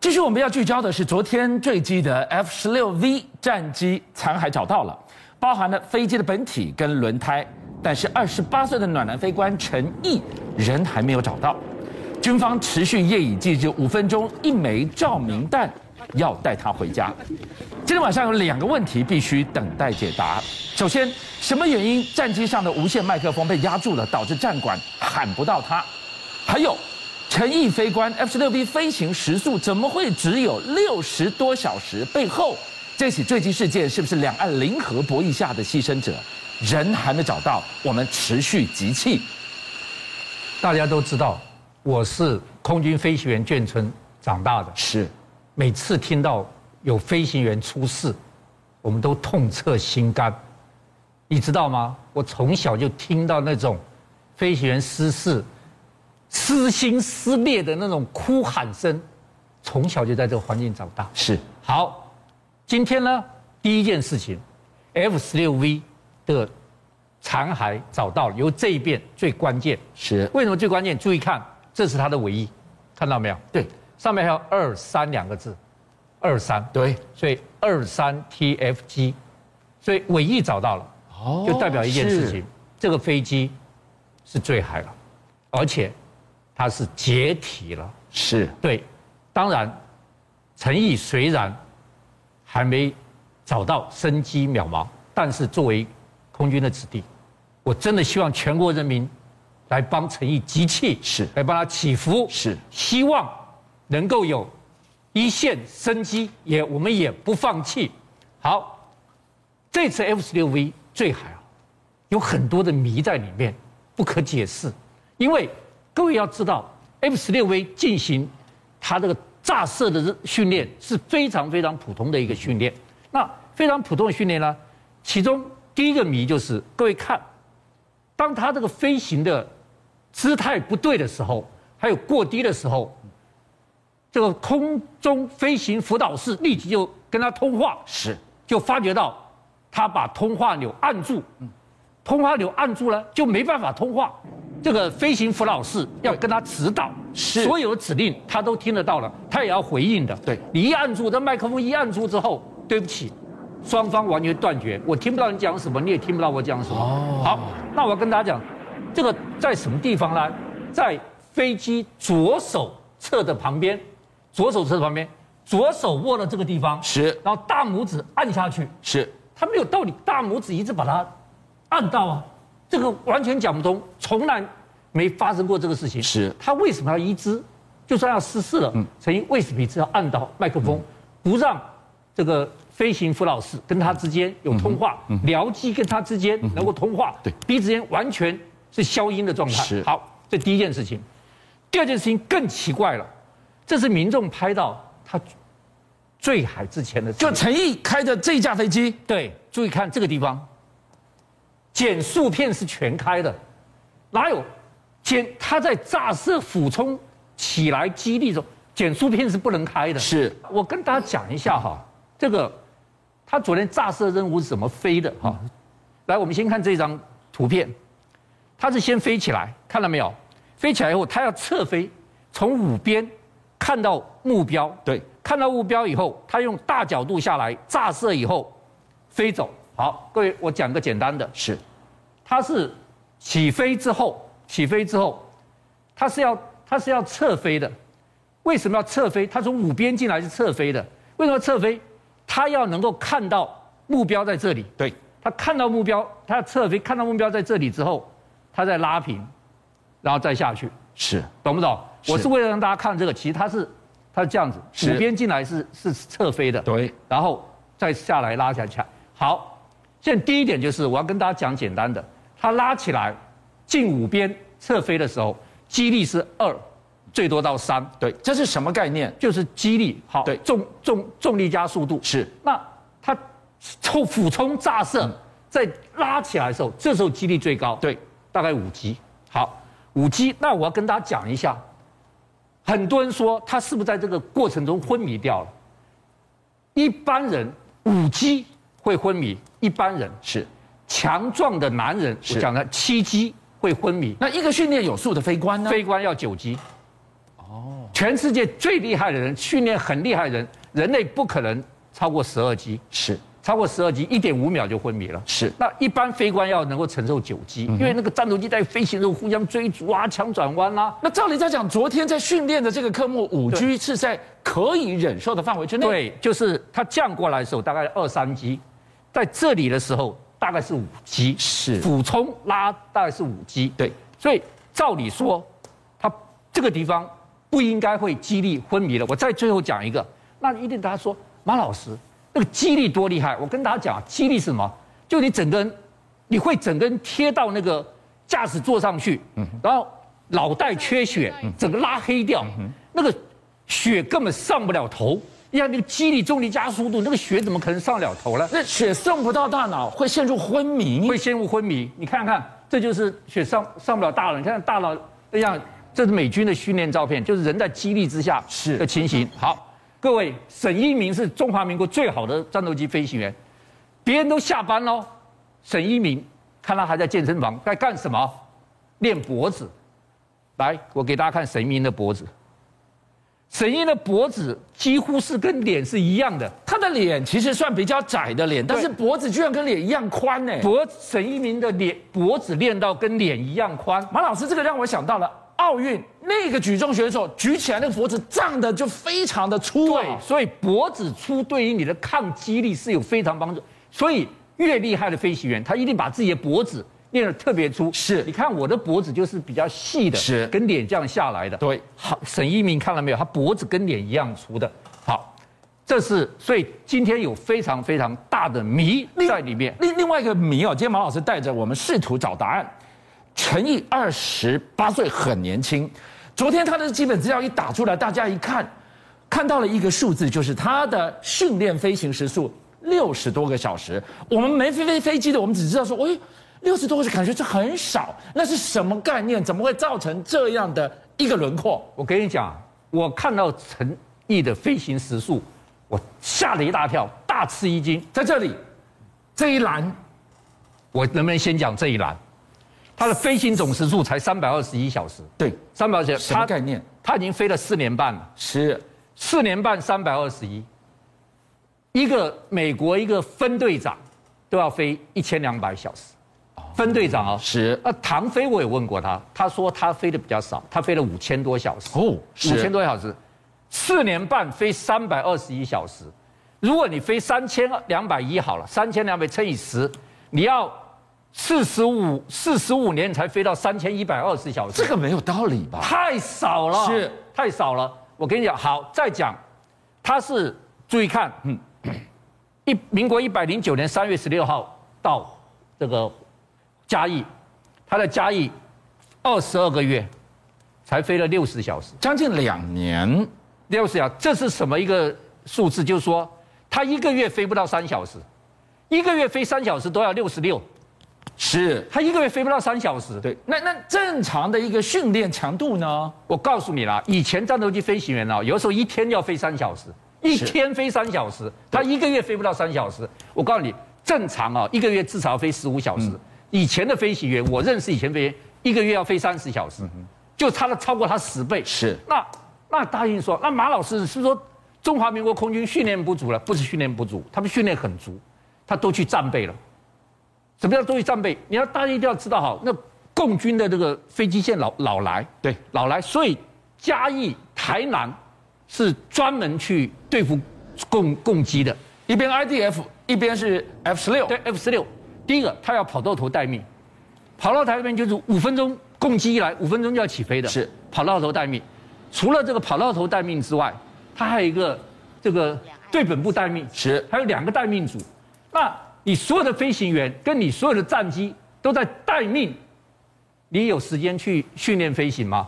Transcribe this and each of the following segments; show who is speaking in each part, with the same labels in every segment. Speaker 1: 继续，我们要聚焦的是昨天坠机的 F 十六 V 战机残骸找到了，包含了飞机的本体跟轮胎，但是二十八岁的暖男飞官陈毅人还没有找到。军方持续夜以继日，五分钟一枚照明弹，要带他回家。今天晚上有两个问题必须等待解答。首先，什么原因战机上的无线麦克风被压住了，导致战管喊不到他？还有。陈毅飞官 F 十六 B 飞行时速怎么会只有六十多小时？背后这起坠机事件是不是两岸零和博弈下的牺牲者？人还没找到，我们持续集气。
Speaker 2: 大家都知道，我是空军飞行员眷村长大的，
Speaker 1: 是，
Speaker 2: 每次听到有飞行员出事，我们都痛彻心肝。你知道吗？我从小就听到那种飞行员失事。撕心撕裂的那种哭喊声，从小就在这个环境长大。
Speaker 1: 是
Speaker 2: 好，今天呢，第一件事情，F 十六 V 的残骸找到了，由这一遍最关键。
Speaker 1: 是，
Speaker 2: 为什么最关键？注意看，这是它的尾翼，看到没有？
Speaker 1: 对，
Speaker 2: 上面还有二三两个字，二三，
Speaker 1: 对，
Speaker 2: 所以二三 TFG，所以尾翼找到了，
Speaker 1: 哦
Speaker 2: 就代表一件事情
Speaker 1: 是，
Speaker 2: 这个飞机是坠海了，而且它是解体了。
Speaker 1: 是
Speaker 2: 对，当然，陈毅虽然还没找到生机渺茫，但是作为空军的子弟，我真的希望全国人民来帮陈毅集气，
Speaker 1: 是
Speaker 2: 来帮他祈福，
Speaker 1: 是
Speaker 2: 希望能够有一线生机，也我们也不放弃。好，这次 F 十六 V 坠海啊，有很多的谜在里面，不可解释。因为各位要知道，F 十六 V 进行它这个炸射的训练是非常非常普通的一个训练。那非常普通的训练呢，其中第一个谜就是各位看，当它这个飞行的姿态不对的时候，还有过低的时候，这个空中飞行辅导室立即就跟他通话，
Speaker 1: 是
Speaker 2: 就发觉到他把通话钮按住，通话钮按住了就没办法通话。这个飞行辅导室要跟他指导，
Speaker 1: 是
Speaker 2: 所有的指令他都听得到了，他也要回应的。
Speaker 1: 对
Speaker 2: 你一按住，这麦克风一按住之后，对不起，双方完全断绝，我听不到你讲什么，你也听不到我讲什么。
Speaker 1: 哦
Speaker 2: 好，那我跟大家讲，这个在什么地方呢？在飞机左手侧的旁边，左手侧的旁边，左手握了这个地方，
Speaker 1: 是
Speaker 2: 然后大拇指按下去，
Speaker 1: 是
Speaker 2: 他没有道理，大拇指一直把它按到啊，这个完全讲不通，从来没发生过这个事情。
Speaker 1: 是嗯
Speaker 2: 他为什么要移植？就算要失事了，陈毅为什么一直要按到麦克风，不让这个飞行辅导室跟他之间有通话，
Speaker 1: 嗯
Speaker 2: 僚机跟他之间能够通话，
Speaker 1: 对
Speaker 2: 彼此之间完全是消音的状态。
Speaker 1: 是
Speaker 2: 好，这第一件事情。第二件事情更奇怪了，这是民众拍到他坠海之前的视频，
Speaker 1: 就陈毅开着这架飞机，
Speaker 2: 对，注意看这个地方，减速片是全开的，哪有减？它在炸射俯冲起来激励中，减速片是不能开的。
Speaker 1: 是
Speaker 2: 我跟大家讲一下哈，这个他昨天炸射任务是怎么飞的哈。来，我们先看这张图片，它是先飞起来，看到没有？飞起来以后，它要侧飞，从五边看到目标，
Speaker 1: 对，
Speaker 2: 看到目标以后，它用大角度下来炸射以后飞走。好，各位，我讲个简单的，
Speaker 1: 是
Speaker 2: 它是起飞之后，起飞之后，它是要它是要侧飞的。为什么要侧飞？它从五边进来是侧飞的。为什么要侧飞？它要能够看到目标在这里。
Speaker 1: 对，
Speaker 2: 它看到目标，它侧飞看到目标在这里之后，它再拉平，然后再下去，
Speaker 1: 是
Speaker 2: 懂不懂？
Speaker 1: 是
Speaker 2: 我是为了让大家看这个，其实它是它是这样子，
Speaker 1: 是
Speaker 2: 五边进来是是侧飞的。
Speaker 1: 对，
Speaker 2: 然后再下来拉下去。好，现在第一点就是我要跟大家讲简单的，它拉起来进五边侧飞的时候，激励是二，最多到三，
Speaker 1: 对，这是什么概念？
Speaker 2: 就是激励好，
Speaker 1: 对
Speaker 2: 重重重力加速度。
Speaker 1: 是嗯
Speaker 2: 那它冲俯冲炸射，在拉起来的时候，这时候激励最高，
Speaker 1: 对，
Speaker 2: 大概五级。好，五级。那我要跟大家讲一下，很多人说他是不是在这个过程中昏迷掉了？一般人五级会昏迷，一般人
Speaker 1: 是。
Speaker 2: 强壮的男人，我
Speaker 1: 是
Speaker 2: 讲了七级会昏迷，
Speaker 1: 那一个训练有素的飞官呢？
Speaker 2: 飞官要九级，哦，全世界最厉害的人，训练很厉害的人，人类不可能超过十二级，
Speaker 1: 是
Speaker 2: 超过十二级一点五秒就昏迷了。
Speaker 1: 是嗯
Speaker 2: 那一般飞官要能够承受九级，因为那个战斗机在飞行的时候互相追逐啊、抢转弯啦、
Speaker 1: 那照理在讲，昨天在训练的这个科目五 G 是在可以忍受的范围之内。，
Speaker 2: 对，就是它降过来的时候大概二三级，在这里的时候大概是五级，
Speaker 1: 是
Speaker 2: 俯冲拉大概是五级。
Speaker 1: 对，
Speaker 2: 所以照理说，它这个地方不应该会激励昏迷了。我再最后讲一个，那一定大家说马老师那个激励多厉害？我跟大家讲啊，激励是什么？就你整个人，你会整个人贴到那个驾驶座上去，然后脑袋缺血，整个拉黑掉，那个血根本上不了头。你看那个激励重力加速度，那个血怎么可能上了头呢？
Speaker 1: 那血送不到大脑，会陷入昏迷。
Speaker 2: 会陷入昏迷。你看看，这就是血上上不了大脑。你看大脑那样，这是美军的训练照片，就是人在激励之下
Speaker 1: 是
Speaker 2: 的情形。好，各位，沈一鸣是中华民国最好的战斗机飞行员，别人都下班喽，沈一鸣看他还在健身房，在干什么？练脖子。来，我给大家看沈一鸣的脖子。沈一鸣的脖子几乎是跟脸是一样的，
Speaker 1: 他的脸其实算比较窄的脸，但是脖子居然跟脸一样宽呢。
Speaker 2: 脖沈一鸣的脸脖子练到跟脸一样宽，
Speaker 1: 马老师，这个让我想到了奥运那个举重选手举起来那个脖子胀的就非常的粗啊
Speaker 2: 对，。所以脖子粗对于你的抗击力是有非常帮助。所以越厉害的飞行员，他一定把自己的脖子练得特别粗。
Speaker 1: 是
Speaker 2: 你看我的脖子就是比较细的，
Speaker 1: 是
Speaker 2: 跟脸这样下来的。
Speaker 1: 对
Speaker 2: 好，沈一鸣看了没有？他脖子跟脸一样粗的。好，这是所以今天有非常非常大的谜在里面。
Speaker 1: 另另外一个谜哦，今天马老师带着我们试图找答案。陈毅二十八岁，很年轻。昨天他的基本资料一打出来，大家一看，看到了一个数字，就是他的训练飞行时速六十多个小时。我们没飞飞飞机的，我们只知道说，哎，六十多个小时感觉这很少，那是什么概念？怎么会造成这样的一个轮廓？
Speaker 2: 我跟你讲，我看到陈毅的飞行时速，我吓了一大跳，大吃一惊。
Speaker 1: 在这里，这一栏
Speaker 2: 我能不能先讲这一栏？它的飞行总时速才三百二十一小时，
Speaker 1: 对
Speaker 2: 三百二十，
Speaker 1: 什么概念？
Speaker 2: 它已经飞了四年半了，
Speaker 1: 是
Speaker 2: 四年半三百二十一，一个美国一个分队长都要飞一千两百小时，分队长啊、哦。
Speaker 1: 是
Speaker 2: 那唐飞我也问过他，他说他飞的比较少，他飞了五千多小时。
Speaker 1: 哦，
Speaker 2: 五千多小时，四年半飞三百二十一小时。如果你飞三千两百一好了，三千两百乘以十，你要四十五四十五年才飞到三千一百二十小时
Speaker 1: 这，个没有道理吧？
Speaker 2: 太少了，
Speaker 1: 是
Speaker 2: 太少了。我跟你讲，好，再讲，他是注意看，嗯，一民国一百零九年三月十六号到这个嘉义，他在嘉义二十二个月，才飞了六十小时。
Speaker 1: 将近两年，
Speaker 2: 六十啊，这是什么一个数字？就是说，他一个月飞不到三小时，一个月飞三小时都要六十六，
Speaker 1: 是
Speaker 2: 他一个月飞不到三小时。
Speaker 1: 对。那那正常的一个训练强度呢？
Speaker 2: 我告诉你啦，以前战斗机飞行员啊，有时候一天要飞三小时，一
Speaker 1: 是
Speaker 2: 天飞三小时，他一个月飞不到三小时。我告诉你，正常啊，一个月至少要飞十五小时。
Speaker 1: 嗯
Speaker 2: 以前的飞行员，我认识以前飞行员，一个月要飞三十小时，就差了超过他十倍。
Speaker 1: 嗯是
Speaker 2: 那那答应说，那马老师是说中华民国空军训练不足了？不是训练不足，他们训练很足，他都去战备了。什么叫都去战备？你要大家一定要知道好，那共军的这个飞机线老老来，
Speaker 1: 对
Speaker 2: 老来，所以嘉义、台南是专门去对付共共机的。
Speaker 1: 一边 IDF，一边是 F 十六，
Speaker 2: 对 F 十六，第一个他要跑到头待命，跑到头待命就是五分钟攻击一来，五分钟就要起飞的，
Speaker 1: 是
Speaker 2: 跑到头待命。除了这个跑到头待命之外，他还有一个这个对本部待命，
Speaker 1: 是
Speaker 2: 还有两个待命组。那你所有的飞行员跟你所有的战机都在待命，你有时间去训练飞行吗？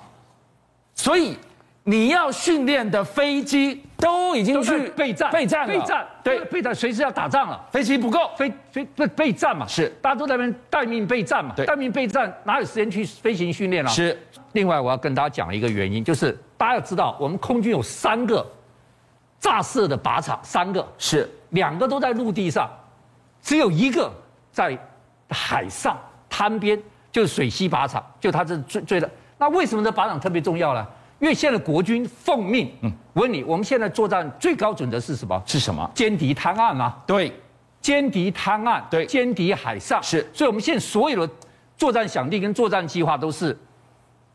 Speaker 1: 所以你要训练的飞机都已经
Speaker 2: 都去
Speaker 1: 去
Speaker 2: 备战，
Speaker 1: 备战了
Speaker 2: 备战，
Speaker 1: 对
Speaker 2: 对，备战随时要打仗了。
Speaker 1: 飞机不够，
Speaker 2: 飞飞不备战嘛，
Speaker 1: 是
Speaker 2: 大家都在那边待命备战嘛，
Speaker 1: 对
Speaker 2: 待命备战哪有时间去飞行训练啊？。
Speaker 1: 是
Speaker 2: 另外，我要跟大家讲一个原因，就是大家要知道，我们空军有三个炸射的靶场，三个，
Speaker 1: 是
Speaker 2: 两个都在陆地上，只有一个在海上滩边，就是水西靶场，就它这最最的。那为什么这靶场特别重要呢？因为现在国军奉命，嗯，我问你，我们现在作战最高准则是什么？
Speaker 1: 是什么？
Speaker 2: 歼敌滩岸啊，
Speaker 1: 对，
Speaker 2: 歼敌滩岸，
Speaker 1: 对
Speaker 2: 歼敌海上
Speaker 1: 是
Speaker 2: 所以我们现在所有的作战想地跟作战计划都是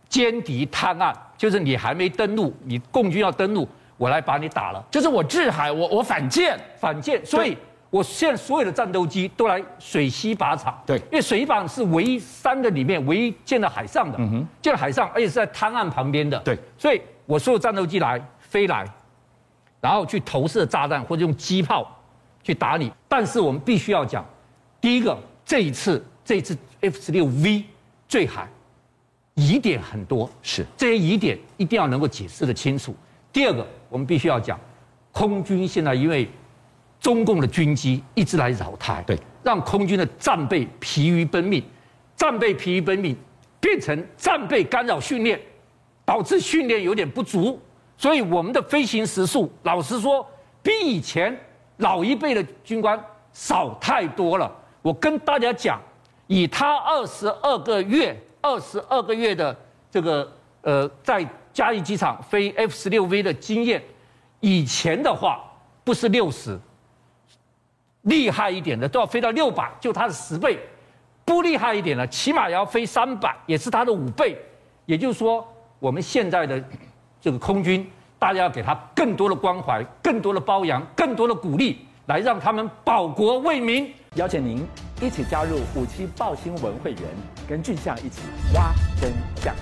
Speaker 2: 歼敌滩岸，就是你还没登陆，你共军要登陆，我来把你打了。
Speaker 1: 就是我制海，我我反舰，
Speaker 2: 反舰，所以我现在所有的战斗机都来水西靶场。
Speaker 1: 对
Speaker 2: 因为水西靶场是唯一三个里面唯一建在海上的，建在海上，而且是在滩岸旁边的。
Speaker 1: 嗯对，
Speaker 2: 所以我所有战斗机来飞来，然后去投射炸弹或者用机炮去打你。但是我们必须要讲，第一个，这一次这一次 F 十六 V 坠海疑点很多，
Speaker 1: 是
Speaker 2: 这些疑点一定要能够解释得清楚。第二个，我们必须要讲，空军现在因为中共的军机一直来扰台，
Speaker 1: 对，
Speaker 2: 让空军的战备疲于奔命，战备疲于奔命变成战备干扰训练，导致训练有点不足，所以我们的飞行时速，老实说，比以前老一辈的军官少太多了。我跟大家讲，以他二十二个月、二十二个月的这个呃，在嘉义机场飞 F 十六 V 的经验，以前的话不是六十，厉害一点的都要飞到六百，就它的十倍；不厉害一点的，起码也要飞三百，也是它的五倍。也就是说，我们现在的这个空军，大家要给他更多的关怀、更多的包养、更多的鼓励，来让他们保国为民。
Speaker 3: 邀请您一起加入虎七报新闻会员，跟俊相一起挖真相。